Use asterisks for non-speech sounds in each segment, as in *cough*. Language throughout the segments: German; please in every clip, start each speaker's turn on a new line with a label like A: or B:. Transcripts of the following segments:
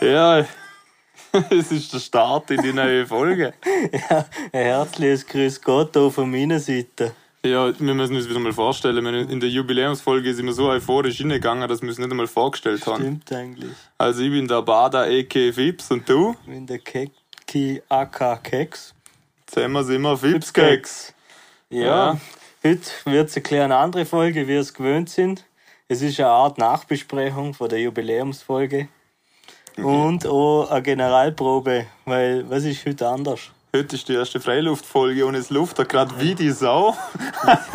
A: Ja, *laughs* es ist der Start in die neue Folge.
B: Ja, ein herzliches Grüß Gott auch von meiner Seite.
A: Ja, wir müssen uns wieder mal vorstellen, wir- in der Jubiläumsfolge sind wir so euphorisch hingegangen, dass wir uns nicht einmal vorgestellt haben.
B: Stimmt eigentlich.
A: Also ich bin der Bada EK Fips und du,
B: Ich bin der Keki AK Keks.
A: zusammen sind wir Fipskeks. Ja.
B: Heute wird es eine kleine andere Folge, wie wir es gewöhnt sind. Es ist eine Art Nachbesprechung von der Jubiläumsfolge. Und auch eine Generalprobe, weil was ist heute anders?
A: Heute ist die erste Freiluftfolge und es luftet gerade wie die Sau. *laughs*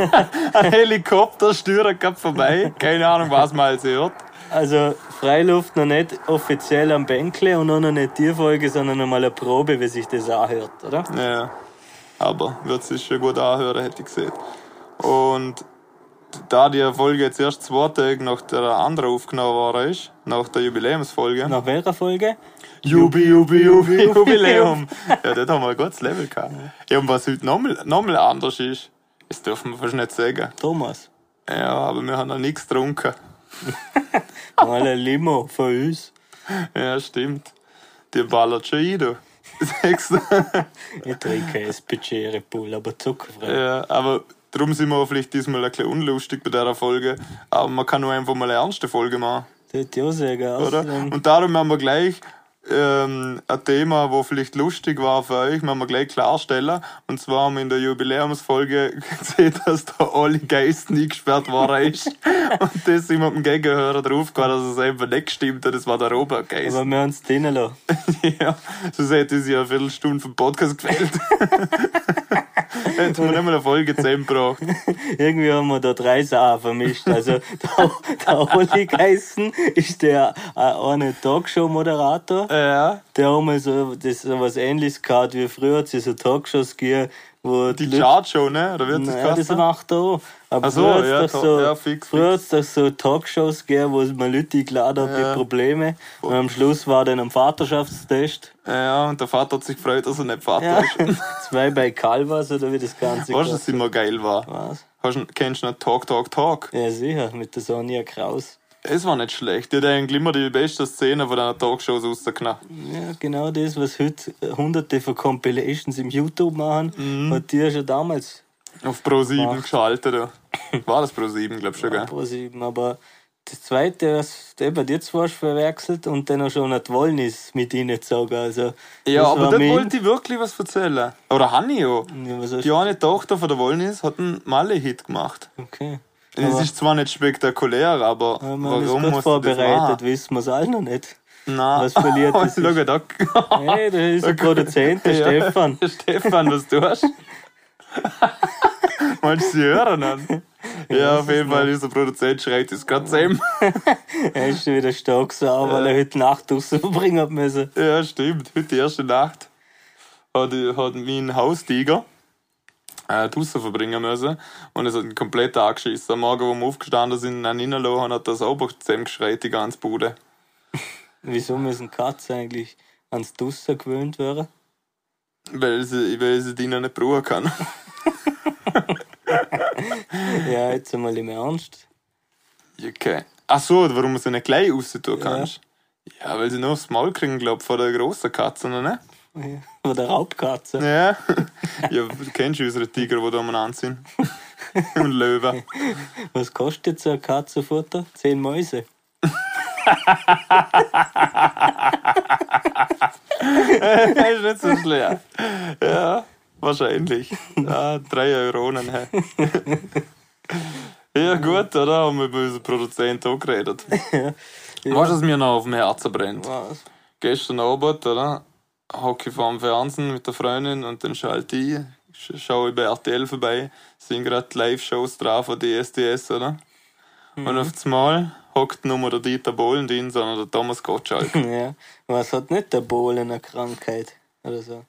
A: Ein Helikopter stürzt gerade vorbei, keine Ahnung, was man alles hört.
B: Also Freiluft noch nicht offiziell am Bänkle und auch noch nicht die Folge, sondern einmal eine Probe, wie sich das anhört, oder?
A: Ja, aber wird sich schon gut anhören, hätte ich gesehen. Und da die Folge jetzt erst zwei Tage nach der anderen aufgenommen worden ist, nach der Jubiläumsfolge.
B: Nach welcher Folge?
A: Jubi, Jubi, Jubi, *laughs* Jubiläum. ja, das haben wir ein gutes Level gehabt. Ja, und was heute nochmal noch mal anders ist, das dürfen wir fast nicht sagen.
B: Thomas.
A: Ja, aber wir haben noch nichts getrunken.
B: Mal eine Limo von uns.
A: Ja, stimmt. Die ballert schon ein, du. *laughs* Sagst du?
B: Ich trinke ein Budget Red Bull, aber zuckerfrei.
A: Ja, aber darum sind wir auch vielleicht diesmal ein bisschen unlustig bei dieser Folge. Aber man kann auch einfach mal eine ernste Folge machen,
B: Das hätte ich auch sagen.
A: oder?
B: außerdem-
A: Und darum haben wir gleich ähm, ein Thema, wo vielleicht lustig war für euch, machen wir gleich klarstellen. Und zwar haben wir in der Jubiläumsfolge *laughs* gesehen, dass der Olli Geist nie gesperrt worden ist. Und das sind wir mit dem Gegenhörer draufgekommen, dass es einfach nicht gestimmt hat. Das war der Robert Geist.
B: Aber wir haben es drinnen lassen.
A: *laughs* Ja, sonst hätte sie ja eine Viertelstunde vom Podcast gefällt. *laughs* Hätten wir nicht mal eine Folge zusammengebracht.
B: Irgendwie haben wir da drei Sachen vermischt. Also *laughs* der, der Oli Geissen ist der äh, eine Talkshow-Moderator.
A: Ja.
B: Der hat mal so, das, so was ähnliches gehabt wie früher, hat es so Talkshows gegeben, wo
A: Die
B: Leute-
A: Chartshow, ne? Oder wird das
B: Naja, das
A: geheißen?
B: macht er auch. Aber
A: Ach so,
B: früher hat's
A: ja,
B: doch
A: to-
B: so,
A: ja, fix,
B: früher hat's doch so Talkshows gegeben, wo man Leute eingeladen hat
A: Ja.
B: mit Problemen. Und am Schluss war dann am Vaterschaftstest.
A: Ja, und der Vater hat sich gefreut, dass er nicht Vater
B: Ja.
A: ist.
B: *laughs* Zwei bei Calvas oder wie das Ganze
A: Weißt du,
B: heißt.
A: was immer geil war?
B: Was?
A: Hast, du- kennst du noch Talk, Talk, Talk?
B: Ja, sicher, mit der Sonja Kraus.
A: Es war nicht schlecht. Die hat eigentlich immer die beste Szene von deiner Talkshows rausgeknallt.
B: Ja, genau das, was heute hunderte von Compilations im YouTube machen,
A: Mhm.
B: hat die ja schon damals
A: Auf Pro 7 geschaltet. ja. War das Pro 7, glaub ich schon, gell?
B: ProSieben. Aber das zweite, was eben jetzt warst verwechselt und dann auch schon nicht wollen ist mit ihnen sagen. Also,
A: Ja,
B: das
A: aber
B: war
A: dort
B: mein-
A: wollte ich wirklich was erzählen. Oder Hanni auch.
B: Ja, was hast
A: Die eine Tochter von der Wollnis hat einen Malle-Hit gemacht.
B: Okay.
A: Es ist zwar nicht spektakulär, aber
B: Wenn man das
A: warum
B: gut
A: muss das
B: vorbereitet,
A: machen?
B: wissen wir es alle
A: *laughs*
B: noch nicht.
A: Nein.
B: was
A: *laughs*
B: verliert
A: Oh,
B: es sich?
A: schau da.
B: Hey, da ist ein Produzent,
A: *laughs*
B: der
A: Ja.
B: Stefan.
A: Stefan, was tust du? *laughs* Meinst du, sie hören an? Ja, auf jeden Fall, unser Produzent schreit es gerade zusammen.
B: Er ist schon wieder stark sauer, weil er heute Nacht draußen verbringen hat müssen.
A: Ja, stimmt. Heute die erste Nacht hat, hat mein Haustiger äh, draußen verbringen müssen und es hat ihn komplett angeschissen. Am Morgen, wo wir aufgestanden sind und ihn reingelassen haben, hat das auch zusammengeschreit, die ganze Bude.
B: Wieso müssen Katzen eigentlich ans Dusser gewöhnt werden?
A: Weil sie, weil sie die nicht brauchen kann. *laughs*
B: Ja, jetzt einmal im Ernst.
A: Okay. Ach so, warum du sie nicht gleich raus tun kannst? Ja. weil sie nur aufs Maul kriegen, glaub ich, von der großen Katze, ne?
B: Ja, Von der Raubkatze.
A: Ja. *laughs* ja, du kennst du unsere Tiger, die da umeinander *laughs* sind? Und *laughs* Löwen.
B: Was kostet so ein Katzenfutter? Zehn Mäuse.
A: Das ist nicht so schlecht. Ja, wahrscheinlich. Ja, drei Euronen. hä? Ja, gut, oder? Haben wir über unseren Produzenten auch geredet. Weißt du, was mir noch auf dem Herzen brennt?
B: Was?
A: gestern Abend, oder? Hocke ich vorm Fernsehen mit der Freundin und dann schalte ich, sch- schaue ich bei RTL vorbei, sind gerade Live-Shows drauf von DSDS, oder?
B: Mhm.
A: Und auf das Mal hockt nicht mehr der Dieter Bohlen drin, sondern der Thomas Gottschalk. *laughs*
B: Ja. Was hat nicht der Bohlen eine Krankheit? Oder so.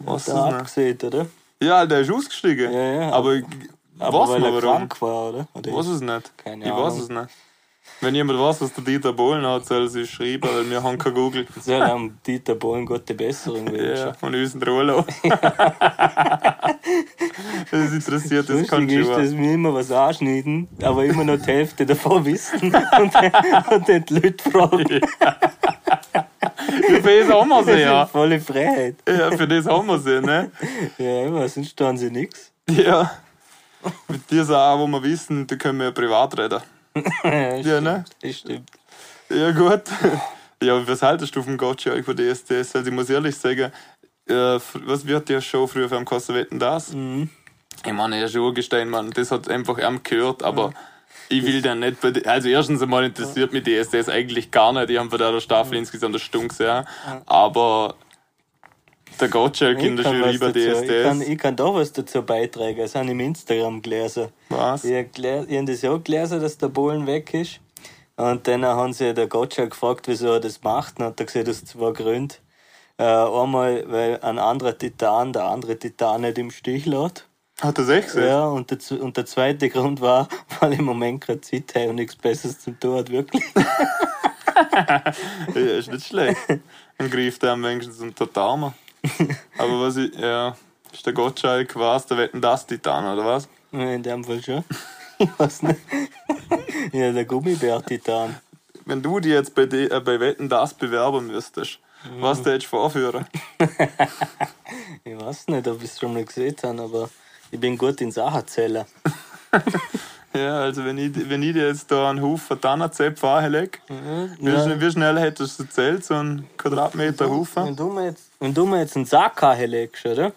A: Was
B: Da
A: ist das?
B: abgesehen, oder?
A: Ja, der ist ausgestiegen.
B: Ja, ja,
A: aber ich
B: Aber
A: weiß
B: weil
A: nicht
B: er
A: warum.
B: krank war, oder? oder
A: Was es nicht?
B: Keine
A: ich weiß
B: Ahnung.
A: es nicht. Wenn jemand weiß, was der Dieter Bohlen hat, soll sie schreiben, weil wir haben kein
B: *laughs*
A: Google.
B: Soll am Dieter Bohlen
A: *laughs*
B: gute Besserung wünschen.
A: Ja, und uns in Ruhe
B: *laughs*
A: lassen. Das interessiert das
B: Lustig
A: kann
B: ist,
A: schon.
B: dass wir immer was anschneiden, aber immer nur die *laughs* Hälfte davon wissen und, dann- und dann die Leute fragen.
A: Für das haben wir sie ja.
B: Volle Freiheit.
A: *laughs* ja. Für das haben wir sie, ne?
B: Ja, immer, sonst tun sie nichts.
A: Ja. Mit dir auch, wo wir wissen, da können wir ja privat reden. Ja, ne?
B: Das stimmt.
A: Ja, gut. Ja, was haltest du vom Gotcha eigentlich von der SDS? Also, ich muss ehrlich sagen, äh, fr- was wird die Show früher für am Kosovetten das?
B: Mhm.
A: Ich meine, er ist ein Urgestein, Mann. Das hat einfach am gehört, aber ich will da nicht bei die, Also, erstens einmal interessiert mich die SDS eigentlich gar nicht. Die haben bei der Staffel insgesamt eine Stunde gesehen. Aber der Gottschalk in der
B: kann
A: Jury
B: was
A: bei der
B: dazu- ich, kann,
A: SDS.
B: ich kann da was dazu beitragen. also Das habe ich im Instagram gelesen.
A: Was?
B: Ich habe das ja auch gelesen, dass der Bohlen weg ist. Und dann haben sie der Gottschalk gefragt, wieso er das macht. Und hat er gesagt, aus zwei Gründen. Äh, einmal, weil ein anderer Titan der andere Titan nicht im Stich lässt.
A: Hat er sechs?
B: Ja, und der, z- und der zweite Grund war, *laughs* weil ich im Moment gerade Zeit habe und nichts Besseres zum tun hat, wirklich. *laughs*
A: Ja, ist nicht schlecht. Dann greift er am wenigstens zum Tatama. Aber was ich, ja, ist der Gottschalk was, der wetten das Titan, oder was?
B: In dem Fall schon. *laughs* Ich weiß nicht. *laughs* Ja, der Gummibär-Titan.
A: Wenn du dich jetzt bei, de, äh, bei Wetten das bewerben müsstest, was der jetzt vorführen? *laughs*
B: Ich weiß nicht, ob ich es schon mal gesehen habe, aber ich bin gut in Sachen zählen.
A: Ja, also wenn ich, wenn ich dir jetzt da einen Haufen Tannenzäpfe anlege, wie, schn- wie schnell hättest du zählt, so einen Quadratmeter Haufen?
B: Wenn du mir jetzt, wenn du mir jetzt einen Sack legst, oder?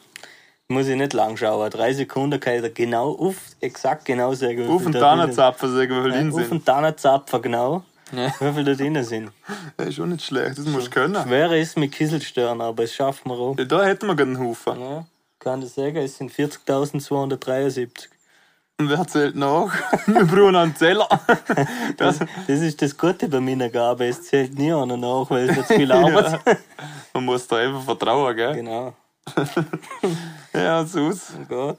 B: Muss ich nicht lang schauen. Drei Sekunden kann ich da genau auf, exakt genau sagen. wie viel
A: Auf einen
B: da
A: Tannenzapfen sagen, wie viel drin
B: drinnen- Auf
A: sind.
B: einen Tannenzapfer, genau. Wie viel da drinnen sind.
A: Das ist auch nicht schlecht, das musst du können.
B: Schwerer ist mit Kieselstern, aber es schaffen wir auch.
A: Ja, da hätten wir gerade einen Haufen.
B: Ja, kann ich sagen, es sind 40.273.
A: Und wer zählt nach? *laughs* Wir brauchen einen Zeller.
B: Das, das ist das Gute bei meiner Gabe, es zählt nie einer nach, weil es
A: *laughs*
B: nicht viel Arbeit
A: Ja. Man muss da einfach vertrauen, gell?
B: *laughs* Genau,
A: Ja, sus.
B: gut.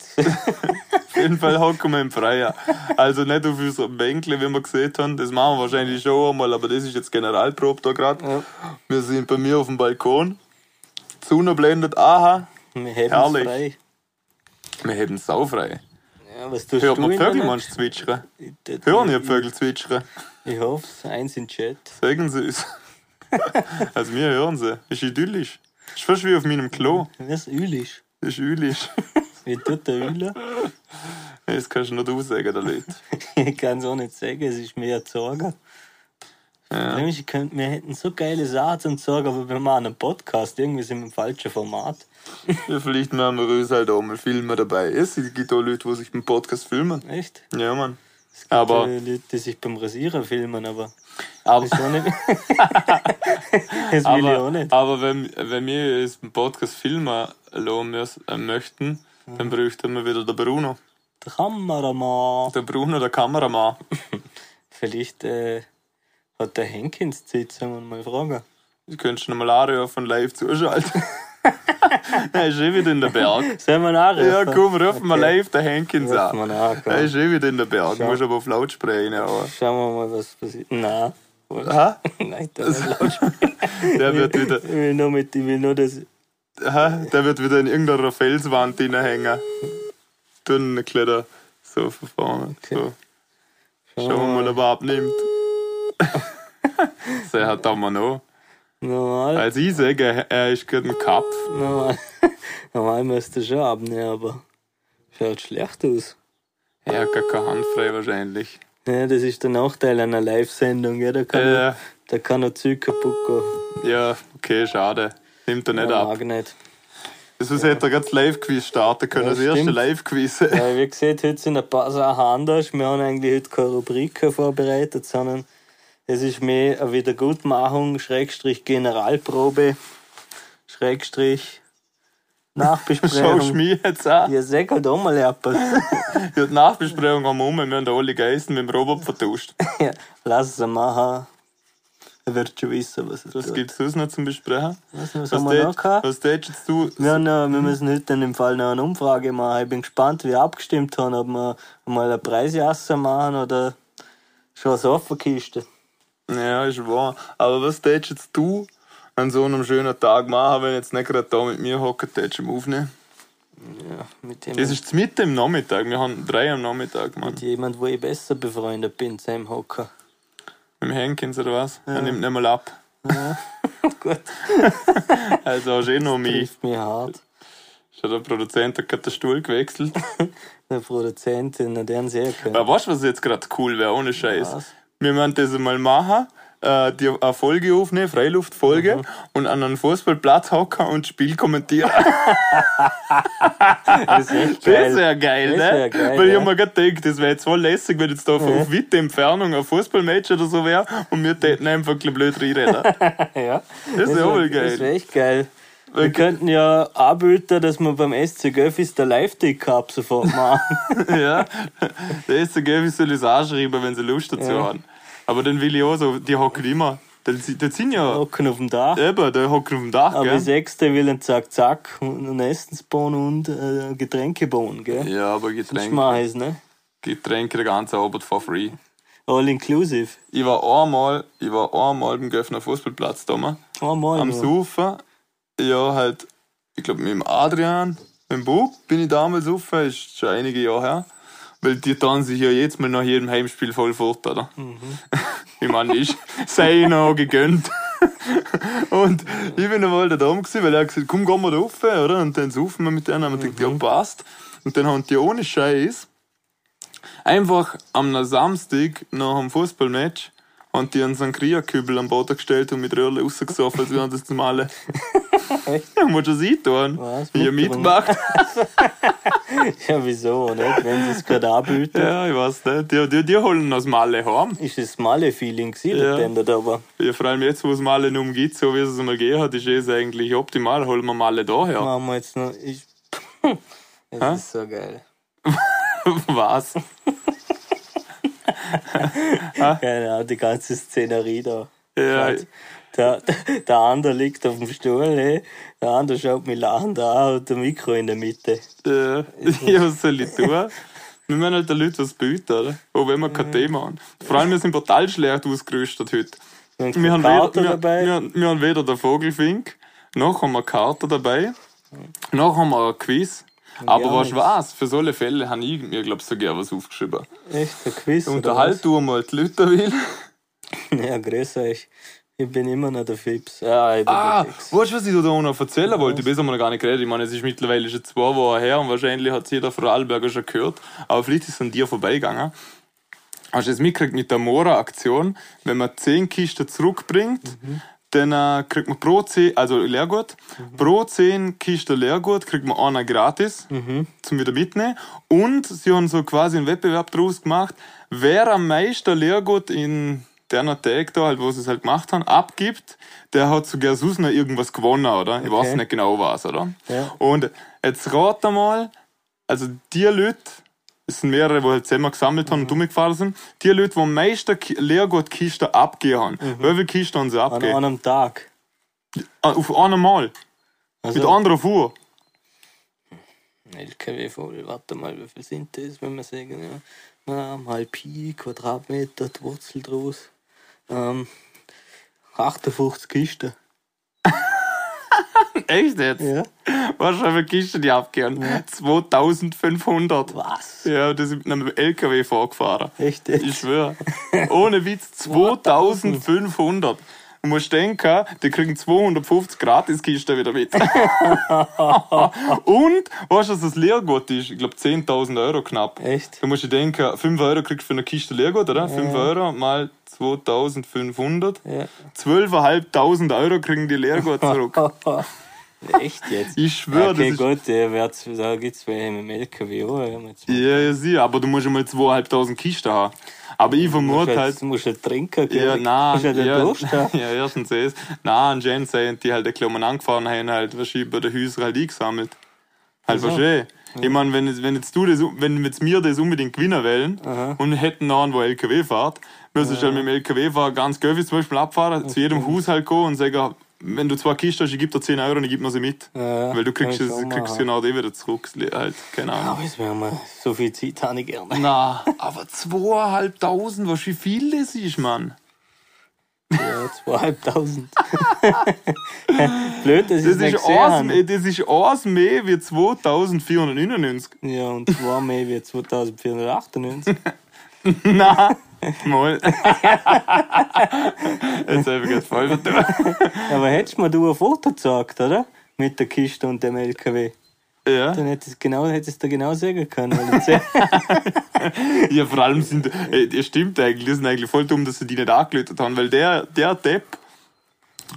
A: Auf jeden Fall hocken wir im Freien. Also nicht auf unserem Bänkle, wie wir gesehen haben. Das machen wir wahrscheinlich schon einmal, aber das ist jetzt Generalprobe da gerade.
B: Ja.
A: Wir sind bei mir auf dem Balkon. Die Sonne blendet, aha.
B: Wir heben
A: Herrlich.
B: es frei.
A: Wir haben es saufrei.
B: Ja, was tust
A: Hört
B: du
A: man
B: in
A: Vögel
B: der
A: manchmal zwitschern?
B: Nacht?
A: Hören ihr Vögel zwitschern?
B: Ich hoffe es, eins in Chat.
A: Sagen sie es. Also wir hören sie. Ist idyllisch. Ist fast wie auf meinem Klo.
B: Was Ülisch?
A: Ist idyllisch.
B: Wie tut der Üler?
A: Das kannst du nur du sagen, der Leute.
B: *laughs* Ich kann es auch nicht sagen, es ist mir ein Sorge. Nämlich, ich könnte, wir hätten so geile Sachen zum Sorgen, aber wir machen einen Podcast, irgendwie sind wir im falschen Format.
A: Ja, vielleicht machen wir uns halt auch mal Filme dabei. Es gibt auch Leute, die sich beim Podcast filmen.
B: Echt?
A: Ja, Mann.
B: Es gibt
A: Aber-
B: äh, Leute, die sich beim Rasierer filmen, aber
A: Aber,
B: das
A: *laughs*
B: will ich auch nicht. das will ich auch
A: aber,
B: nicht.
A: aber wenn, wenn wir jetzt einen Podcast filmen lassen müssen, äh, möchten,
B: Mhm.
A: dann bräuchten wir wieder den Bruno.
B: Der Kameramann.
A: Der Bruno, der Kameramann.
B: Vielleicht äh, hat der Henkins Zeit, sollen wir mal fragen.
A: Du könntest nochmal anrufen und live
B: *laughs*
A: zuschalten. er ist eh wieder in der Berg.
B: Sollen wir ihn anrufen?
A: Ja, komm, rufen wir
B: Okay.
A: live den Henkins
B: Rufen
A: an.
B: wir ihn an, komm.
A: Er ist eh wieder in der Berg.
B: Schau.
A: Muss aber auf laut sprechen. Aber.
B: Schauen wir mal, was passiert. Nein.
A: Ha?
B: *laughs* Nein, der ist laut
A: Der wird wieder,
B: Ich will nur, mit, ich will nur das.
A: Aha, der wird wieder in irgendeiner Felswand hineinhängen. Dünne Kletter. So von vorne. So. Schauen wir mal, ob er *laughs* abnimmt. so, er hat da mal noch.
B: Normal,
A: Als ich sage, er ist gerade ein Kopf.
B: normal. *laughs* Normal müsste schon abnehmen, aber schaut schlecht aus.
A: Er hat gar keine Hand frei wahrscheinlich.
B: Ja, das ist der Nachteil einer Live-Sendung, ja, da kann,
A: Äh,
B: da kann noch Zeug kaputt gehen.
A: ja, okay, schade. Nimmt er nicht
B: Ja,
A: ab.
B: mag nicht.
A: Sonst hätte er gerade das Live-Quiz starten können.
B: Ja,
A: das erste
B: stimmt.
A: Live-Quiz. *laughs*
B: Ja, wie gesagt, heute sind ein paar Sachen anders. Wir haben eigentlich heute keine Rubriken vorbereitet, sondern es ist mehr eine Wiedergutmachung, Schrägstrich Generalprobe, *laughs* Schrägstrich
A: Schaust
B: Nachbesprechung.
A: mich jetzt an.
B: Ja, sag halt auch mal etwas.
A: Die Nachbesprechung am Moment, wir haben den Oli Geissen mit dem Robert vertauscht.
B: *laughs* Ja, lass es machen. Er wird schon wissen, was es
A: Was
B: tut.
A: gibt es sonst noch zum Besprechen?
B: Was,
A: Was
B: was haben wir noch
A: tät-
B: gehabt?
A: was tätest du?
B: Wir, haben, äh, wir müssen heute in dem Fall noch eine Umfrage machen. Ich bin gespannt, wie wir abgestimmt haben, ob wir mal eine Preisjasse machen oder schon eine Sofa-Kiste.
A: Ja, ist wahr. Aber was tätest jetzt du an so einem schönen Tag machen, wenn jetzt nicht gerade da mit mir hocken tätest im Aufnehmen?
B: Ja, mit dem
A: Das ist mitten im Nachmittag. Wir haben drei am Nachmittag, Mann.
B: mit jemand, wo ich besser befreundet bin, Sam Hocker.
A: *laughs* Mit dem Henkins oder was? Er nimmt nicht mal ab.
B: Ja. Gut,
A: Also hast du eh noch mich.
B: trifft mich hart.
A: Ist ja der Produzent hat gerade den Stuhl gewechselt.
B: Der Produzent, den haben sie eh können.
A: Aber weißt du, was jetzt gerade cool wäre, ohne Scheiß?
B: Was?
A: Wir müssen das mal machen, äh, die, eine Folge aufnehmen, Freiluftfolge,
B: Mhm.
A: und an einen Fußballplatz hocken und das Spiel kommentieren. Ah,
B: Das ist echt
A: Das
B: geil.
A: wäre geil, ne?
B: Das wär geil,
A: Weil ich
B: ja. Mhm.
A: hab mir gerade gedacht, das wäre jetzt voll lässig, wenn jetzt da auf auf weite Entfernung ein Fußballmatch oder so wäre und wir täten einfach ein bisschen blöd reinreden.
B: *laughs* Ja.
A: Das ist ja auch mal
B: wär- Das
A: geil.
B: wäre echt geil. Wir
A: Wirklich.
B: könnten ja anbieten, dass wir beim SC Göffis der Live-Tick-Cup sofort
A: *laughs*
B: machen.
A: ja. Der erste Game soll es auch schreiben, wenn sie Lust dazu
B: Ja.
A: haben. Aber dann will ich auch so, die hocken immer. Das, das sind ja,
B: Hocken auf dem Dach.
A: eben, der hockt auf dem Dach,
B: Aber die
A: gell?
B: Sechste will ein Zack-Zack und einen Essensbon und äh, Getränkebon, gell?
A: Ja, aber
B: Ich
A: Getränke,
B: mache es, ne?
A: Getränke der ganze Abend for free.
B: All inclusive.
A: Ich war einmal, ich war einmal beim Göffner Fußballplatz damals.
B: Einmal.
A: am
B: nur.
A: Saufen. Ja, halt, ich glaube, mit dem Adrian, mit dem Bub, bin ich damals saufen, ist schon einige Jahre her. Weil die tun sich ja jetzt mal nach jedem Heimspiel voll fort, oder? *laughs* ich meine, ich sei ihnen auch gegönnt. und ich bin einmal da oben gewesen, weil er hat gesagt, komm, gehen wir da rauf, oder? Und dann saufen wir mit denen, haben wir gedacht, ja, passt. Und dann haben die ohne Scheiß einfach am Samstag nach dem Fußballmatch und die haben so einen Kriakübel am Boden gestellt und mit Röhrle rausgesoffen, als wären das zum Alle. Ja, muss schon sein tun.
B: Was?
A: Ich hab mitgemacht.
B: Ja, wieso, nicht? Wenn sie es gerade
A: *laughs*
B: anbieten.
A: Ja, ich weiß nicht. Die, die, die holen das Malle heim.
B: Ist das male Feeling gewesen,
A: Ja.
B: ja. denn aber.
A: Ja, vor allem jetzt, wo es Malle nun gibt, so wie es es mal gegeben hat, ist es eigentlich optimal. Holen wir Malle daher.
B: Machen wir jetzt noch. Ich, *laughs* das ist so geil.
A: *laughs* Was?
B: Keine Ahnung, die ganze Szenerie da.
A: Ja,
B: Gott. Der, der andere liegt auf dem Stuhl, hey. der andere schaut mich lachend an und der Mikro in der Mitte.
A: äh, *laughs* ja, was soll ich tun? Wir müssen halt den Leuten was bieten, oder? Auch wenn wir kein Thema haben. Vor allem, wir sind brutal schlecht ausgerüstet heute.
B: Wir haben,
A: Wir haben, weder,
B: Karte
A: wir,
B: dabei.
A: Wir, haben- wir haben weder den Vogelfink, noch haben wir Karte dabei, noch haben wir ein Quiz. Aber
B: gar
A: was was? Für solche Fälle habe ich mir, glaube ich, sogar was aufgeschrieben.
B: Echt, ein Quiz. oder
A: Unterhalt du mal die Leute, will.
B: was? Ja, grüß euch. Ich bin immer noch der Fips. Ja, ich bin
A: Ah,
B: der Fips.
A: weißt du, was ich da auch noch erzählen wollte? Besser haben wir noch gar nicht geredet. Ich meine, es ist mittlerweile schon zwei Wochen her und wahrscheinlich hat es jeder Vorarlberger schon gehört. Aber vielleicht ist es an dir vorbeigegangen. Hast du das mitgekriegt mit der Mora-Aktion? Wenn man 10 Kisten zurückbringt, dann äh, kriegt man pro 10, also Leergut, pro 10 Kisten Leergut kriegt man einer gratis zum wieder mitnehmen. Und sie haben so quasi einen Wettbewerb draus gemacht, wer am meisten Leergut in der Tag da, halt, wo sie es halt gemacht haben, abgibt, der hat sogar sonst noch irgendwas gewonnen, oder? Ich weiß
B: Okay.
A: nicht genau was, oder?
B: Ja.
A: Und jetzt rat einmal, also die Leute, es sind mehrere, die halt zusammen gesammelt haben und
B: Mhm.
A: umgefahren sind, die Leute, die am meisten Ki- Leergutkisten abgegeben haben.
B: Mhm.
A: Wie viele Kisten haben sie
B: An
A: abgegeben?
B: einem Tag.
A: Ah, Auf einmal, mit
B: Also,
A: anderer Fuhr.
B: LKW voll. Warte mal, wie viel sind das, wenn wir sagen, ja. Na, mal Pi, Quadratmeter, die Wurzel draus. Ähm, 58 Kisten.
A: Echt jetzt?
B: Ja.
A: Was für viele Kisten die abgegeben? 2500.
B: Was?
A: Ja, die sind mit einem LKW vorgefahren.
B: Echt jetzt?
A: Ich schwöre. Ohne
B: *laughs*
A: Witz, 2500. Du musst denken, die kriegen 250 Gratiskisten wieder
B: *laughs*
A: mit. Und, weißt du, was das Leergut ist? Ich glaube, 10.000 Euro knapp.
B: Echt?
A: Du musst dir denken, 5 Euro kriegst du für eine Kiste Leergut, oder? 5 Euro mal 2500.
B: Ja.
A: 12.500 Euro kriegen die Leergut
B: *laughs*
A: zurück.
B: Echt jetzt?
A: Ich schwöre, das
B: okay,
A: ist
B: gut, der wird's, da gibt es welche mit dem LKW. Oh, ja, jetzt
A: Ja, ja, sicher, aber du musst ja mal 2.500 Kisten haben. Aber ich
B: musst
A: vermute
B: du
A: halt,
B: halt, musst halt trinken, gell?
A: Ja, nein,
B: Musst halt
A: ja,
B: Durst haben.
A: *laughs* ja, erstens ist Nein, anscheinend sind die halt ein bisschen angefahren haben, halt wahrscheinlich bei den Häusern halt eingesammelt. Halt
B: Ach so.
A: wahrscheinlich. Ich meine, wenn, jetzt- wenn jetzt du das, wenn jetzt wir das unbedingt gewinnen wollen und hätten einen, wo LKW fährt, müsstest du halt mit dem LKW fahren, ganz Göffi zum Beispiel abfahren, zu jedem Haushalt gehen und sagen, wenn du zwei Kisten hast, ich gebe dir 10 Euro und ich gebe mir sie mit.
B: Ja,
A: Weil du
B: kann
A: kriegst,
B: ich
A: es-
B: schon
A: kriegst
B: machen.
A: genau die wieder zurück. Halt, keine Ahnung.
B: Aber jetzt wären wir so viel Zeit habe ich gerne.
A: Na, aber 2500, was wie viel das ist, Mann.
B: Ja, zweieinhalbtausend. *laughs* Blöd, dass ich
A: Das
B: nicht
A: ist,
B: gesehen
A: awesome,
B: habe.
A: ey, das ist eins mehr wie 2499.
B: Ja, und zwar mehr wie 2498.
A: Nein, *laughs* Mal. Jetzt habe ich gerade voll vertan.
B: Aber hättest mir du ein Foto gezeigt, oder? Mit der Kiste und dem LKW.
A: Ja.
B: Dann hättest du genau, hättest du genau sagen können. weil
A: *laughs*
B: jetzt-
A: Ja, vor allem sind, äh, das stimmt eigentlich, die sind eigentlich voll dumm, dass sie die nicht angelötet haben, weil der, der Depp,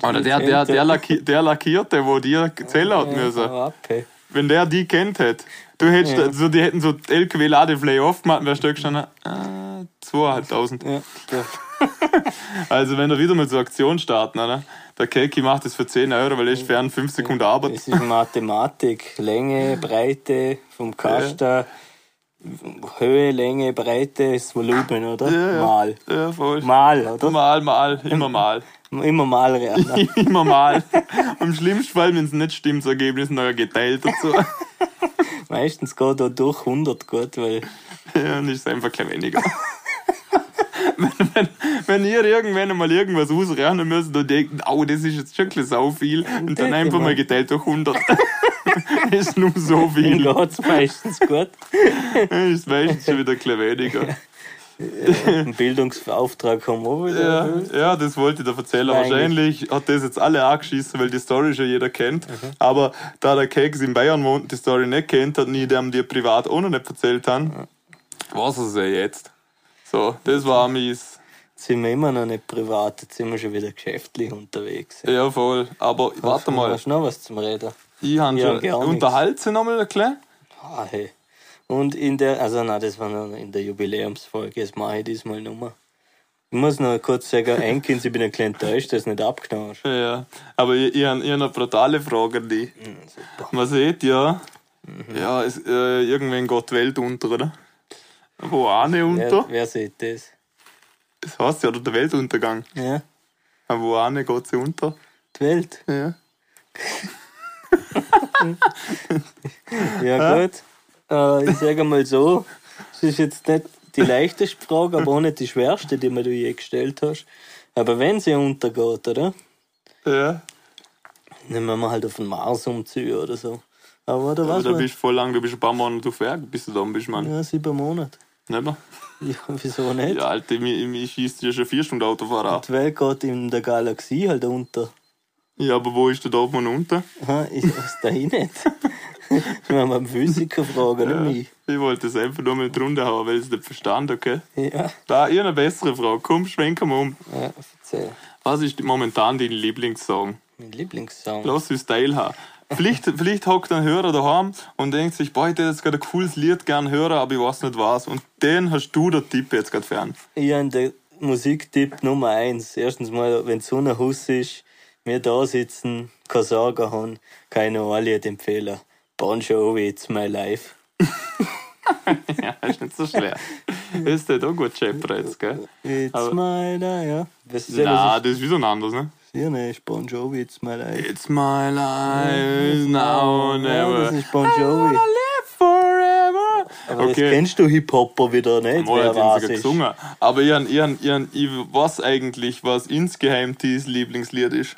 A: oder der, der, der, Lacki, der Lackierte, wo die Zelle hat müssen,
B: Hau ab, ey.
A: wenn der die kennt hätte, du hättest,
B: Ja.
A: so, die hätten so LKW-Ladeflay off gemacht, wärst du gestanden, äh, 2500.
B: Ja, ja.
A: Also, wenn er wieder mal so Aktion starten, oder? Der Keki macht das für 10 Euro, weil er ist für einen 5 Sekunden Arbeit.
B: Es ist Mathematik. Länge, Breite vom Kasten, Höhe, Länge, Breite, das Volumen, oder?
A: Ja, ja.
B: Mal.
A: Ja, voll.
B: Mal, oder?
A: Mal, mal, immer mal.
B: Immer mal
A: *laughs*
B: real.
A: Immer mal. Im schlimmsten Fall, wenn es nicht stimmt, das Ergebnis noch geteilt dazu.
B: Meistens geht da durch 100 gut, weil
A: Ja, und ist einfach kein weniger. *laughs* wenn, wenn, wenn ihr irgendwann mal irgendwas ausrechnen müsst und denkt, au, das ist jetzt wirklich sau viel, und dann
B: Danke,
A: einfach mal
B: Mann.
A: geteilt durch 100. *laughs* ist nur so
B: dann
A: viel.
B: geht es meistens gut.
A: ist meistens schon wieder klein weniger.
B: Ein Bildungsauftrag haben wir wieder.
A: Ja, ja, das wollte ich dir erzählen.
B: Eigentlich.
A: Wahrscheinlich hat das jetzt alle angeschissen, weil die Story schon jeder kennt. Aber da der Keks in Bayern wohnt und die Story nicht kennt, hat nie dem dir privat auch noch nicht erzählt haben. Was ist er jetzt? So, das war mies.
B: Jetzt sind wir immer noch nicht privat, jetzt sind wir schon wieder geschäftlich unterwegs.
A: Ja, voll. Aber warte mal,
B: Hast du noch was zum Reden?
A: ich habe
B: Ja,
A: schon.
B: gar nichts.
A: Unterhalt sie nochmal ein klein?
B: Ah, hey. Und in der, also nein, das war noch in der Jubiläumsfolge, das mache ich diesmal nochmal. Ich muss noch
A: *laughs*
B: kurz sagen, Enkins, ich bin ein kleiner enttäuscht, dass du nicht abgenommen hast.
A: Ja. Aber ich, ich habe ich hab eine brutale Frage an dich.
B: Hm,
A: Man sieht ja,
B: Mhm.
A: ja, es, äh, irgendwann geht die Welt unter, oder? Wo auch nicht unter?
B: Wer, wer sieht das?
A: Das heißt ja, oder der Weltuntergang.
B: Ja,
A: Aber wo auch nicht geht sie unter.
B: die Welt.
A: Ja.
B: Ja, gut. Äh, ich sage mal so, es ist jetzt nicht die leichteste Frage, aber auch nicht die schwerste, die mir du je gestellt hast. Aber wenn sie untergeht, oder?
A: Ja.
B: Dann müssen wir halt auf den Mars umziehen oder so. Aber da
A: Aber
B: weiß
A: da
B: man.
A: bist du voll lang, du bist ein paar Monate auf Werk, bis du da bist, Mann.
B: Ja, sieben Monate.
A: Nicht mehr?
B: Ja, wieso nicht?
A: Ja, Alter, ich, ich schießt ja schon vier Stunden Autofahrer ab.
B: Die Welt geht in der Galaxie halt unter.
A: Ja, aber wo ist der Dortmund unter?
B: Aha, ich weiß da ich nicht. Ich muss mal einen Physiker fragen, nicht
A: Ich wollte es einfach nur mal drunter hauen, weil ich es nicht verstand, okay?
B: mich. Ja,
A: Da, ich hab eine bessere Frage. Komm, schwenk mal um.
B: ja erzähl.
A: Was ist momentan dein Lieblingssong?
B: Mein Lieblingssong.
A: Lass uns teilhaben. Vielleicht, *laughs* vielleicht hockt ein Hörer daheim und denkt sich, boah, ich hätte jetzt gerade ein cooles Lied gern hören, aber ich weiß nicht was. Und den hast du der Tipp jetzt gerade fern.
B: Ich habe den Musiktipp Nummer eins. Erstens mal, wenn die Sonne Haus ist, wir da sitzen, keine Sorgen haben, keine Ohrlied-Empfehler. Bon Jovi, It's My Life.
A: Ja, ist nicht so schwer.
B: *laughs*
A: ist der doch gut Chapter jetzt, gell?
B: It's
A: Aber-
B: my life, ja. Das ist ja,
A: Na,
B: das
A: das ist wieder ein anderes, ne?
B: ist, ja ne, ist Bon Jovi, It's My Life.
A: It's my life now or
B: Ja,
A: never.
B: das ist Bon Jovi.
A: I live forever.
B: Aber das kennst du Hip-Hopper wieder nicht,
A: Mal
B: wer
A: hat ihn
B: weiß
A: sogar
B: ist.
A: gesungen. Aber ihren, ihren, ihren, ich weiß eigentlich, was insgeheim dieses Lieblingslied ist.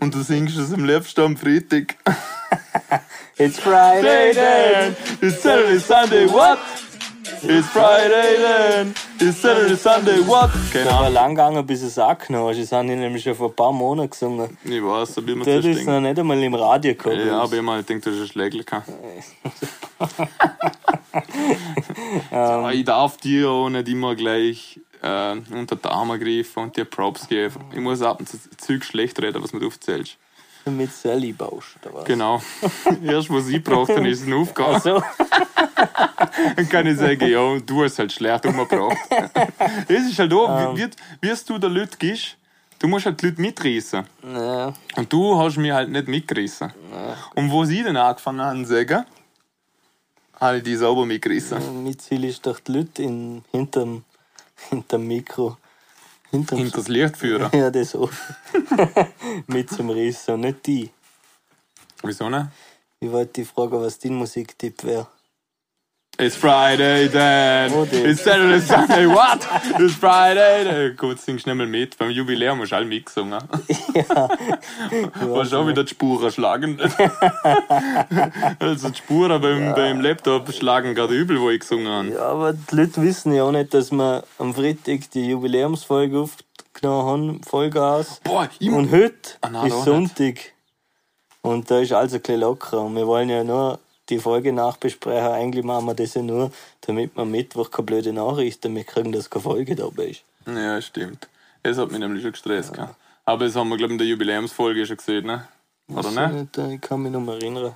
A: Und du singst es am liebsten am Freitag.
B: It's Friday then.
A: It's Saturday, Sunday, what? It's Friday then. It's Saturday, Sunday, what? Keine
B: Aber
A: Ahnung.
B: lang gegangen, bis es angenommen hast. Das haben die nämlich schon vor ein paar Monaten gesungen.
A: Ich weiß, hab ich immer
B: Das ist
A: zerstört.
B: noch nicht einmal im Radio gekommen.
A: Ja, aber immer, ich halt denke, das ist ein Schlägel. so, ich darf dir auch nicht immer gleich äh, unter die Arme greifen und dir Props geben. Ich muss ab und zu Zeug schlecht reden, was du aufzählst.
B: Mit Sally baust oder was?
A: Genau. *laughs* Erst, was ich brauche, dann ist es aufgegangen.
B: So,
A: *laughs* Dann kann ich sagen, ja, du hast halt schlecht umgebracht. Es ist halt auch, wie, wie wirst du der Leute gibst, du musst halt die Leute mitreißen.
B: ja,
A: Und du hast mich halt nicht mitgerissen. Und wo sie dann angefangen haben zu sagen, habe ich die sauber mitgerissen.
B: mein Ziel ist doch die Leute in, hinterm, hinterm Mikro. Hinterm
A: Hinter das Licht führen.
B: *laughs* ja, das auch. Mit zum Riss und nicht die.
A: Wieso nicht?
B: Ich wollte dich fragen, was dein Musiktipp wäre.
A: It's Friday then.
B: Oh, dear.
A: It's Saturday, Sunday, what? It's Friday then. Gut, sing schnell mal mit. Beim Jubiläum hast du alle
B: *laughs*
A: mitgesungen. Ja. War schon wieder die Spuren
B: *laughs*
A: schlagen. also die Spuren beim, beim Laptop schlagen gerade übel, wo ich gesungen habe.
B: Ja, aber die Leute wissen ja auch nicht, dass wir am Freitag die Jubiläumsfolge aufgenommen haben, Vollgas.
A: Boah, ich
B: Und heute
A: Ah, nein,
B: ist
A: da auch nicht.
B: Sonntag. Und da ist alles ein bisschen locker. Und wir wollen ja nur die Folge nachbesprechen. Eigentlich machen wir das ja nur, damit wir am Mittwoch keine blöde Nachrichten mehr kriegen, dass keine Folge dabei ist.
A: Ja, stimmt. Es hat mich nämlich schon gestresst. gell. Aber das haben wir, glaube ich, in der Jubiläumsfolge schon gesehen, ne? Oder ne?
B: Ich kann mich noch mal erinnern.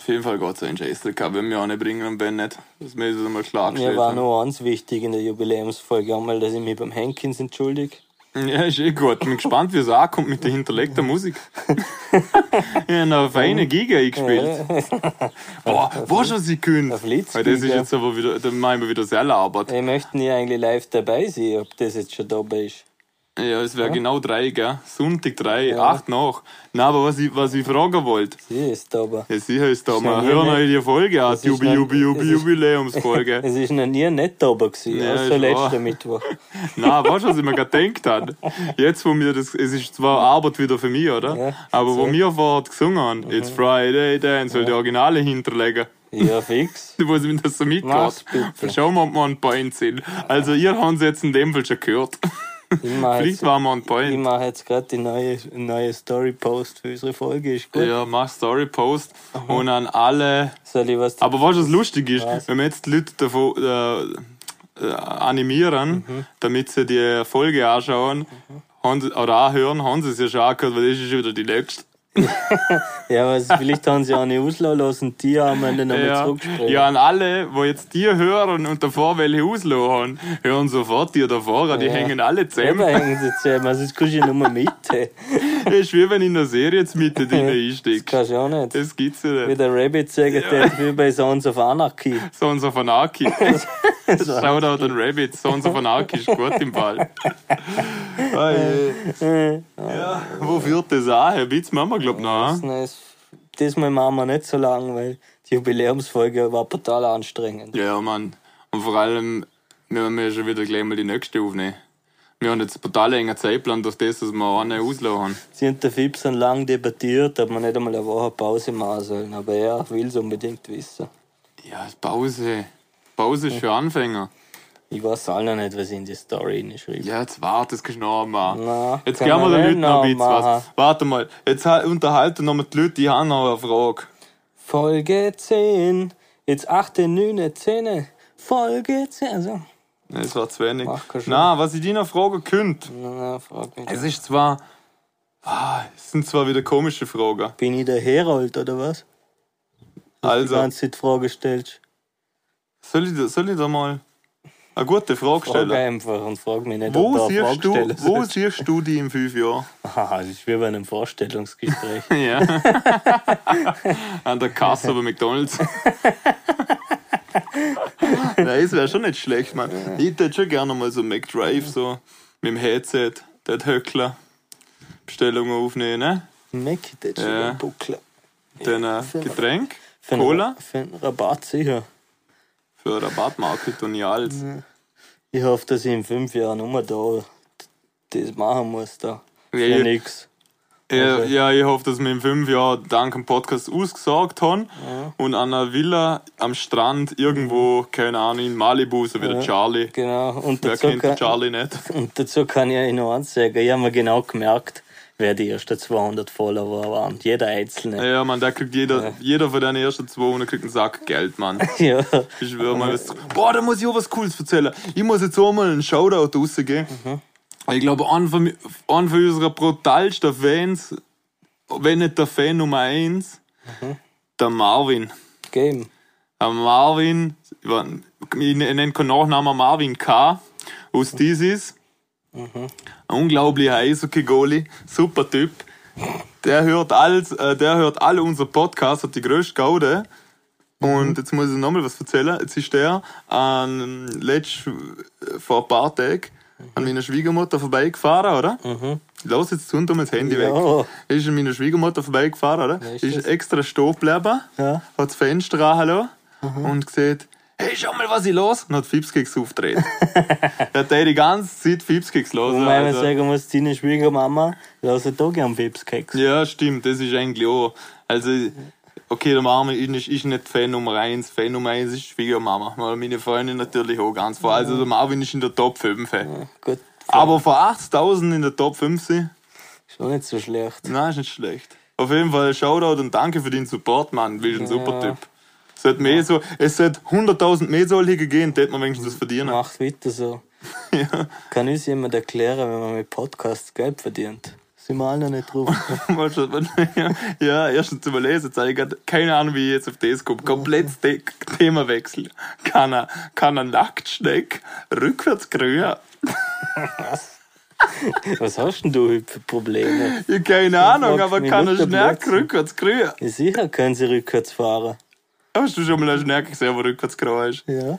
A: Auf jeden Fall geht es in Scheißdreck, wenn wir auch nicht bringen und wenn nicht. Das müssen wir mal klargestellt
B: Mir war
A: haben.
B: noch eins wichtig in der Jubiläumsfolge, einmal, dass ich mich beim Hankins entschuldige.
A: *laughs* Ja, ist eh gut. Bin gespannt, wie es ankommt mit der hinterlegten Musik. *laughs* ich habe eine feine Giga eingespielt. Boah, war schon sie könnt.
B: Auf Litzgiga.
A: Weil das ist jetzt aber wieder, da meinen wir wieder sehr labert.
B: Ich möchte nie eigentlich live dabei sein, ob das jetzt schon dabei ist.
A: Ja, es wäre genau drei, gell? Sonntag drei, acht nach. Nein, aber was ich, was ich fragen wollte.
B: Sie ist aber.
A: Ja, sicher ist da mal.
B: ja
A: Hören
B: nicht-
A: euch die Folge an.
B: ist
A: Jubi,
B: nicht-
A: Jubi, Jubi,
B: es ist-
A: Jubiläumsfolge.
B: *laughs* Es ist noch nie nicht dabei gewesen,
A: Ja,
B: außer
A: ist wahr.
B: letzten Mittwoch.
A: Na, weißt du, was ich mir gerade gedacht habe? Jetzt, wo mir das, es ist zwar Arbeit wieder für mich, oder?
B: Ja, Mhm.
A: Aber wo
B: sehr.
A: wir vorher gesungen haben, It's Friday, dann soll die Originale hinterlegen. *laughs*
B: Ja, fix.
A: Wo es mir das so
B: Mach's
A: mitgeht.
B: bitte.
A: Schauen wir, ob wir on point sind. Also, ihr habt es jetzt in dem Fall schon gehört. *laughs*
B: Ich mache
A: Vielleicht
B: jetzt,
A: waren wir on
B: ich
A: point.
B: mache jetzt gerade die neue, neue Story-Post für unsere Folge. Ist gut.
A: Ja, mach Story-Post und an alle
B: Soll ich was
A: Aber was was lustig ist,
B: Was?
A: wenn wir jetzt die Leute davon äh, äh, animieren,
B: Mhm.
A: damit sie die Folge anschauen haben sie, oder anhören, haben sie es ja schon angehört, weil das ist schon wieder die nächste.
B: Ja, aber vielleicht haben sie auch nicht auslaufen lassen, die haben wir dann nochmal
A: Ja,
B: zurückgesprochen.
A: ja, an alle, die jetzt die hören und davor welche auslassen, hören sofort die davor, an, die
B: Ja.
A: hängen alle
B: Selber
A: zusammen.
B: hängen sie zusammen, also das kannst du ja nur mit. hey.
A: *laughs* Das ist wie wenn in der Serie jetzt mitten
B: *laughs*
A: drin einsteigst.
B: Kannst du auch nicht.
A: Das gibt's ja
B: Wie
A: nicht.
B: der Rabbit sagt, ja. wie bei Sons of Anarchy.
A: Sons of Anarchy. Shoutout an Rabbit. Sons of Anarchy ist gut im Ball. Ja, wo führt das an? Herr Witz, machen wir, glaub ich, noch.
B: Das
A: hm?
B: ist- Diesmal machen wir nicht so lang, weil die Jubiläumsfolge war brutal anstrengend.
A: Ja, Mann. Und vor allem, wir haben ja schon wieder gleich mal die nächste aufnehmen. Wir haben jetzt total engen Zeitplan durch das, dass wir einen auslaufen haben.
B: Sie und der Fips haben lang debattiert, ob wir nicht einmal eine Woche Pause machen sollen, aber er will es unbedingt wissen.
A: Ja, Pause. Pause ist für Anfänger.
B: Ich weiß auch noch nicht, was ich in die Story hinschreibe.
A: Ja, jetzt wart, das kannst du noch
B: Na,
A: machen. Jetzt
B: kann
A: gehen wir
B: man
A: den Leuten
B: nicht
A: noch ein
B: noch
A: bisschen was.
B: machen.
A: Warte mal, jetzt halt- unterhalten noch mal die Leute, die haben noch eine Frage.
B: Folge 10, jetzt 8, 9, 10, Folge 10. Also,
A: Nein, Das war zu wenig.
B: Mach keinen Scheiß.
A: Na, was ich dir noch fragen könnte.
B: na, na, frag mich.
A: Es ist zwar. Ah, es sind zwar wieder komische Fragen.
B: Bin ich der Herold oder was? Die
A: Also.
B: ganze Zeit die Frage stellst.
A: Soll ich, da- soll ich da mal eine gute Frage
B: Frag
A: stellen?
B: einfach und frag mich nicht,
A: Wo
B: ob du eine Frage
A: siehst, du,
B: stellen
A: wo
B: sollst.
A: siehst du die in fünf Jahren?
B: *laughs* Haha, das ist wie bei
A: *laughs*
B: einem Vorstellungsgespräch.
A: Ja. An der Kasse bei McDonalds. Nein, es wäre schon nicht schlecht, man. Ich hätte schon gerne mal so McDrive, so mit dem Headset, der Höckler. Bestellungen aufnehmen, ne?
B: Mac, das ist
A: Ja.
B: schon ein Buckler.
A: Dann ein Getränk,
B: Für einen-
A: Cola,
B: Für einen Rabatt sicher.
A: für Rabattmarket und ja alles.
B: Ich hoffe, dass ich in fünf Jahren nochmal da das machen muss. Da. Für
A: Ja, ja.
B: nix.
A: Ja,
B: Also-
A: ja, ich hoffe, dass wir in fünf Jahren dank dem Podcast ausgesagt haben und an einer Villa am Strand
B: Mhm.
A: irgendwo, keine Ahnung, in Malibu, so wie der Charlie.
B: Genau. Und
A: Wer
B: dazu,
A: kennt den
B: kann,
A: Charlie nicht?
B: und dazu kann ich euch noch eins sagen. Ich habe mir genau gemerkt, wer die ersten 200 Follower waren. Jeder einzelne.
A: Ja, man, da kriegt jeder, jeder von den ersten 200 kriegt einen Sack Geld, Mann.
B: *laughs* Ja.
A: Ich schwöre mal, was. Boah, da muss ich auch was Cooles erzählen. Ich muss jetzt auch mal einen Shoutout rausgeben.
B: Mhm.
A: Ich glaube, einer von, mi- einer von unserer brutalsten Fans, wenn nicht der Fan Nummer eins,
B: Mhm.
A: der Marvin.
B: Game.
A: Äh, Marvin, ich war- ich nenne keinen Nachnamen, Marvin K. aus Disis.
B: Mhm.
A: Ein unglaublicher Eishockey-Goalie, super Typ. Der hört, alles, äh, der hört alle unsere Podcasts, hat die größte Gaude.
B: Mhm.
A: Und jetzt muss ich nochmal was erzählen. Jetzt ist der an, letzt, äh, vor ein paar Tagen
B: Mhm.
A: an meiner Schwiegermutter vorbeigefahren, oder? Lass jetzt zu und tu mir das Handy weg.
B: Ja.
A: Ist an meiner Schwiegermutter vorbeigefahren, oder?
B: Wer ist
A: Ist extra stehen geblieben,
B: Ja. Mhm.
A: hat das Fenster angelassen und gesagt, hey, schau mal, was ich los. Und hat Fipskeks
B: *laughs*
A: aufgedreht. er hat die ganze Zeit Fipskeks los.
B: Und wenn man
A: Also.
B: sagen muss, deine Schwiegermama, lass da gern Webskeks.
A: Ja, stimmt, das ist eigentlich auch. Also, okay, der Marvin ist, ist nicht Fan Nummer eins Fan Nummer eins ist Schwiegermama. Weil meine Freundin natürlich auch ganz vor. Also, der Marvin ist in der Top 5.
B: Gut,
A: Aber vor 80.000 in der Top 5 sind,
B: ist auch nicht so schlecht.
A: Nein, ist nicht schlecht. Auf jeden Fall Shoutout und danke für den Support, Mann. Du bist ein super Typ. Es sollte mehr so, es sollte 100.000 mehr solche gehen, da hätte man wenigstens das verdienen.
B: Macht weiter so.
A: *laughs* Ja.
B: Kann uns jemand erklären, wenn man mit Podcasts Geld verdient? Sind wir alle noch
A: *laughs*
B: nicht drauf.
A: Mal schauen. ja, erstens überlesen, jetzt habe ich grad keine Ahnung, wie ich jetzt auf das komme. Komplett Ste- Themawechsel. Kann er, kann er Nacktschneck rückwärts grünen?
B: Was hast denn du für Probleme?
A: Ja, keine Ahnung,
B: fragst
A: aber
B: mich
A: kann er
B: nicht, ob
A: Schneck
B: Blödsinn.
A: rückwärts grünen?
B: Ja, sicher können sie rückwärts fahren.
A: Hast du schon mal einen Schneck gesehen, der rückwärts grün ist? *laughs*
B: Ja,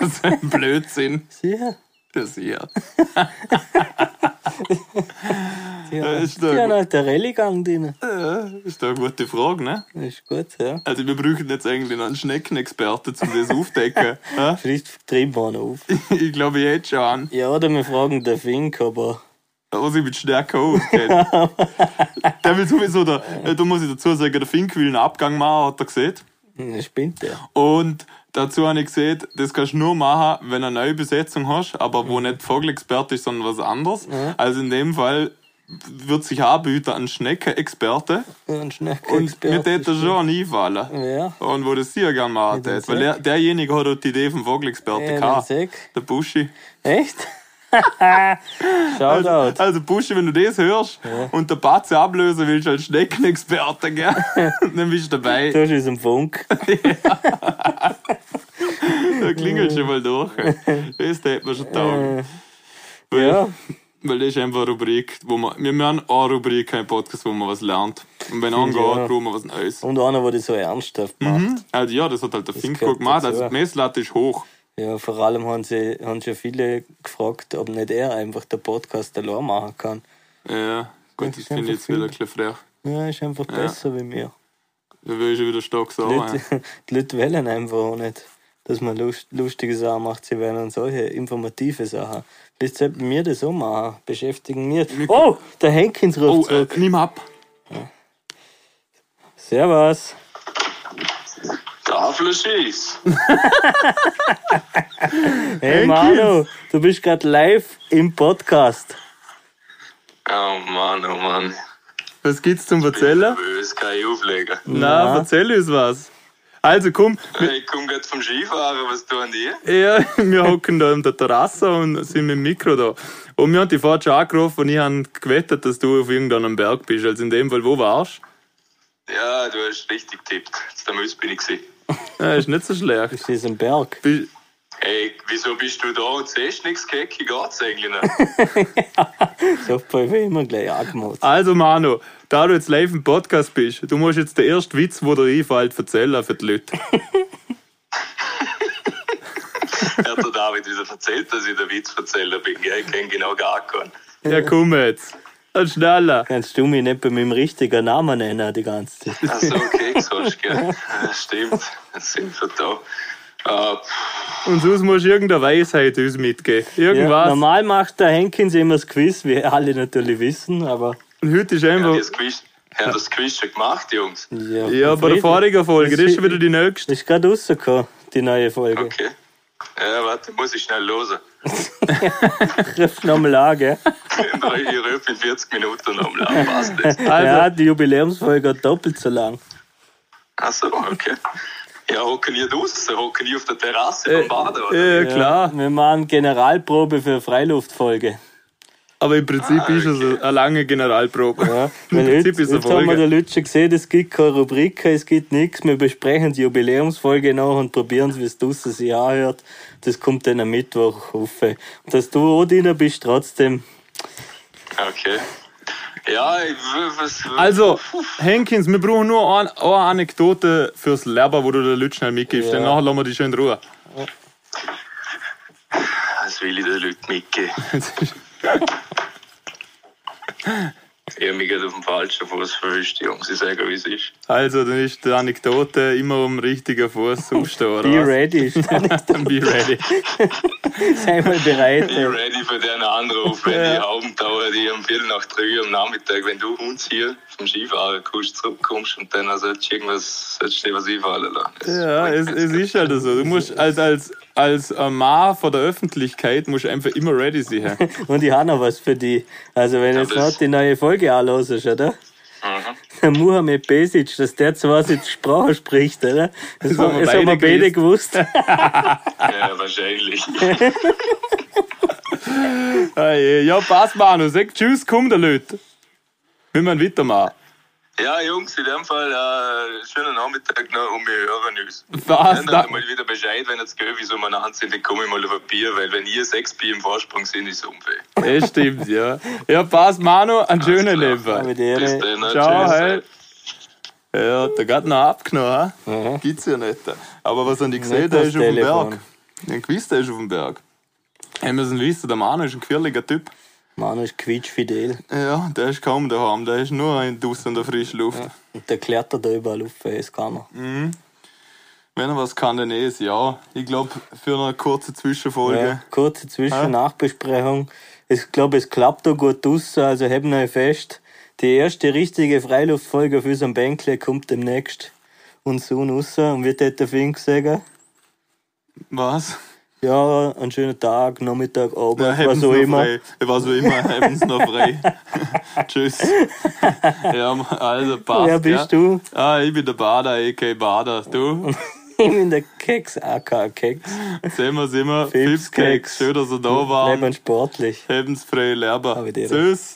A: Das ist ein Blödsinn.
B: sicher.
A: Das hier.
B: Die
A: Ja,
B: haben,
A: ist
B: die
A: doch
B: haben halt der Rallye-Gang drin.
A: Äh, *laughs* ist doch eine gute Frage, ne?
B: Das ist gut, ja.
A: Also wir brauchen jetzt eigentlich noch einen Schneckenexperten, um das
B: *laughs*
A: aufdecken. Hä?
B: Vielleicht treiben wir ihn auf.
A: ich glaube, eh, ich hätte schon einen,
B: Ja, oder wir fragen den Fink, aber
A: was ich mit Schnecke
B: *laughs*
A: auskenne. der will sowieso, der, äh, da muss ich dazu sagen, der Fink will einen Abgang machen, hat er gesehen.
B: hm, spinnt der.
A: Und dazu habe ich gesehen, das kannst du nur machen, wenn du eine neue Besetzung hast, aber wo nicht Vogelexperte ist, sondern was anderes. Also in dem Fall wird sich anbieten, ein Schneckenexperte.
B: Ja, Ein
A: Und mir
B: Schneckenexperte.
A: tät das schon einfallen.
B: Ja.
A: Und wo das sehr gerne mal hat. Weil der, derjenige hat auch die Idee vom Vogelexperten
B: Ja, dann
A: gehabt.
B: sag.
A: Der Buschi.
B: Echt? *laughs* Shoutout.
A: Also, also Buschi, wenn du das hörst und der Batze ablösen willst als Schneckenexperte,
B: *laughs*
A: gell? dann bist du dabei.
B: Du hast uns im Funk.
A: Da klingelt schon mal durch. Das hätte man schon taugen. Weil,
B: Äh, Ja,
A: weil das ist einfach eine Rubrik, wo man. Wir haben eine Rubrik, kein Podcast, wo man was lernt. Und wenn einer
B: Finde ich
A: geht,
B: auch.
A: brauchen wir was Neues.
B: und einer, der das so ernsthaft macht.
A: Also ja, das hat halt der Finko
B: gehört
A: gemacht.
B: dazu.
A: Also die Messlatte ist hoch.
B: Ja, vor allem haben sie haben schon viele gefragt, ob nicht er einfach den Podcast allein machen kann.
A: Ja, gut, das
B: ist
A: finde ich
B: einfach
A: jetzt wieder ein bisschen frech.
B: Ja, ist einfach besser wie mir.
A: Da will ich schon wieder stark
B: Die
A: sauer. Oh, ja.
B: Leute, *laughs* die Leute wollen einfach auch nicht, dass man lust, lustige Sachen macht. Sie wollen dann solche informative Sachen. Vielleicht sollten wir das auch machen. Beschäftigen wir. Oh, der Henkins
A: Oh,
B: ruft
A: äh,
B: zurück.
A: nimm ab.
B: Servus.
C: Da
B: *laughs*
C: Flüschis.
A: Henkins.
B: Hey Manu, du bist gerade live im Podcast.
C: Oh Mann, oh Mann.
A: Was gibt's zum Erzählen?
C: Nervös, kann ich auflegen.
A: Na, erzähl uns was. Also komm,
C: Ich komm grad vom Skifahren, was tun die?
A: ja, *laughs* wir hocken da in der Terrasse und sind mit dem Mikro da. Und wir haben die Fahrt schon angerufen und ich habe gewettet, dass du auf irgendeinem Berg bist. Also in dem Fall, wo warst
C: Ja, du hast richtig tippt. Jetzt am Müs bin ich gewesen.
A: du? Ja, ist nicht so schlecht.
B: Das ist ein Berg.
A: Bist-
C: Ey, wieso bist du da und siehst nichts, Keki? Geht's eigentlich noch? *laughs*
B: Ich habe ich immer gleich angemacht.
A: Also Manu, da du jetzt live im Podcast bist, du musst jetzt den ersten Witz, wo dir einfällt, erzählen für die Leute.
C: Hat der David wieder erzählt, dass ich der Witzverzähler bin, gell? Ich kenn genau gar keinen.
A: Ja, komm jetzt. Und schneller.
B: Kannst du mich nicht bei meinem richtigen Namen nennen die ganze Zeit?
C: Ach so, Keks hast du, gell? Ja, Stimmt, jetzt sind wir da. Äh, pff,
A: Und sonst musst du irgendeine Weisheit uns mitgeben.
B: Ja,
A: Irgendwas.
B: normal macht der Henkins immer das Quiz, wie alle natürlich wissen, aber.
A: und heute ist
C: haben
A: einfach...
C: die das Quiz- haben das Quiz schon gemacht, Jungs?
B: Ja,
A: Ja, bei der vorigen Folge, das ist schon wieder die nächste.
B: Das ist gerade rausgekommen, die neue Folge.
C: Okay. Ja, warte, muss ich schnell *laughs* losen.
B: Griff nochmal an, gell?
C: Nein, ich rufe in 40 Minuten am Lauf. Passt das?
A: *laughs* Also,
B: ja, die Jubiläumsfolge hat doppelt so lang.
C: Achso, okay. Ja, hocken ihr draußen, hocken ihr auf der Terrasse
A: Äh,
C: vom Baden, oder?
A: äh,
B: Ja,
A: klar.
B: Wir machen Generalprobe für eine Freiluftfolge.
A: Aber im Prinzip ist es eine lange Generalprobe.
B: *laughs* Ja,
A: Im
B: weil
A: Prinzip
B: heute,
A: ist es eine
B: Ah, jetzt haben wir
A: Folge.
B: der Lutscher gesehen, es gibt keine Rubrik, es gibt nichts. Wir besprechen die Jubiläumsfolge nach und probieren es, wie es draußen sich anhört. Das kommt dann am Mittwoch auf. Dass du auch drin bist, trotzdem.
C: Okay. Ja, ich, w- was,
A: Also, Henkins, wir brauchen nur ein, eine Anekdote fürs Leben, wo du der Leute schnell mitgibst.
B: Ja.
A: Dann nachher lassen wir dich schön in Ruhe. *laughs*
C: was will ich den Leuten mitgeben? Ich habe mich gerade auf dem falschen Fuß verwischt, Jungs. Ich sage, wie es ist.
A: Also, dann ist die Anekdote immer am richtigen
B: *laughs*
A: Fuß aufstehen, oder?
B: Be
A: was?
B: ready.
A: *laughs* Be ready. *laughs*
B: Sei mal bereit.
C: Ich bin ready für den Anruf, wenn die Abenddauer, die um Viertel nach drei am Nachmittag, wenn du uns hier vom Skifahren kommst, zurückkommst und dann sollst du irgendwas, sollst du dir was einfallen lassen. Das
A: Ja, es, es ist halt so. Du musst als, als, als ein Mann vor der Öffentlichkeit musst du einfach immer ready sein.
B: *laughs* Und ich habe noch was für die. Also wenn jetzt
C: das-
B: noch die neue Folge anhörst, oder?
A: Äh.
C: Mhm.
B: Der Mohamed Besic, dass der zwar jetzt Sprache spricht, oder? Das,
A: haben
B: haben,
A: wir
B: das haben wir
A: beide
B: beide
A: *laughs*
B: gewusst.
C: Ja, wahrscheinlich.
A: Hey, ja, passt, Manu. Sag Tschüss, komm, der Leute. Wir müssen weitermachen.
C: Ja, Jungs, in dem Fall äh, schönen Nachmittag noch und wir hören uns.
A: Was?
C: Dann
A: Da,
C: mal wieder Bescheid, wenn jetzt Göwis um eine Hand sind, dann komme ich mal auf ein Bier, weil wenn ihr sechs Bier im Vorsprung sind, ist es unfair.
A: das stimmt, ja. Ja, passt, Manu. Einen schönen
C: klar.
A: Leben.
B: Mit Ehre.
A: ne.
C: Bis dann, ne.
A: Ciao,
C: tschüss.
A: hey. Ja, der geht noch abgenommen.
B: Mhm.
A: Mhm. Gibt's ja nicht. Aber was haben die gesehen?
B: Nicht
A: Der
B: das
A: ist auf dem
B: Telefon.
A: Berg. Den Quiz, der ist auf dem Berg. Wir müssen wissen, der Manu ist ein quirliger Typ.
B: Manu ist quietschfidel.
A: Ja, der ist kaum daheim, der ist nur in draußen in der frischen Luft.
B: Und der klettert da überall auf, ey, das kann er.
A: Wenn er was kann, dann eh es, ja. Ich glaube, für eine kurze Zwischenfolge.
B: Ja, kurze Zwischen-Nachbesprechung. Ich glaube, es klappt da gut aus, also haben wir fest. Die erste richtige Freiluftfolge auf unserem Bänkle kommt demnächst. Und so raus. Und wie hat der Fink gesagt?
A: Was?
B: Ja, einen schönen Tag, Nachmittag, Abend,
A: Ja, haben's
B: was auch
A: noch
B: immer.
A: Frei. Was auch immer, haben's noch frei. *laughs* Tschüss. ja, also, passt.
B: Wer bist
A: ja.
B: du? *laughs*
A: Ah, ich bin der Bader, a.k. Bader. Du?
B: Ich bin der Keks, AK Keks.
A: Sehen wir, sehen wir.
B: Fips
A: Fips Cakes.
B: Cakes.
A: Schön, dass ihr da waren.
B: Bleiben sportlich.
A: Haben's frei, Lerber.
B: Habe die Ehre.
A: Tschüss.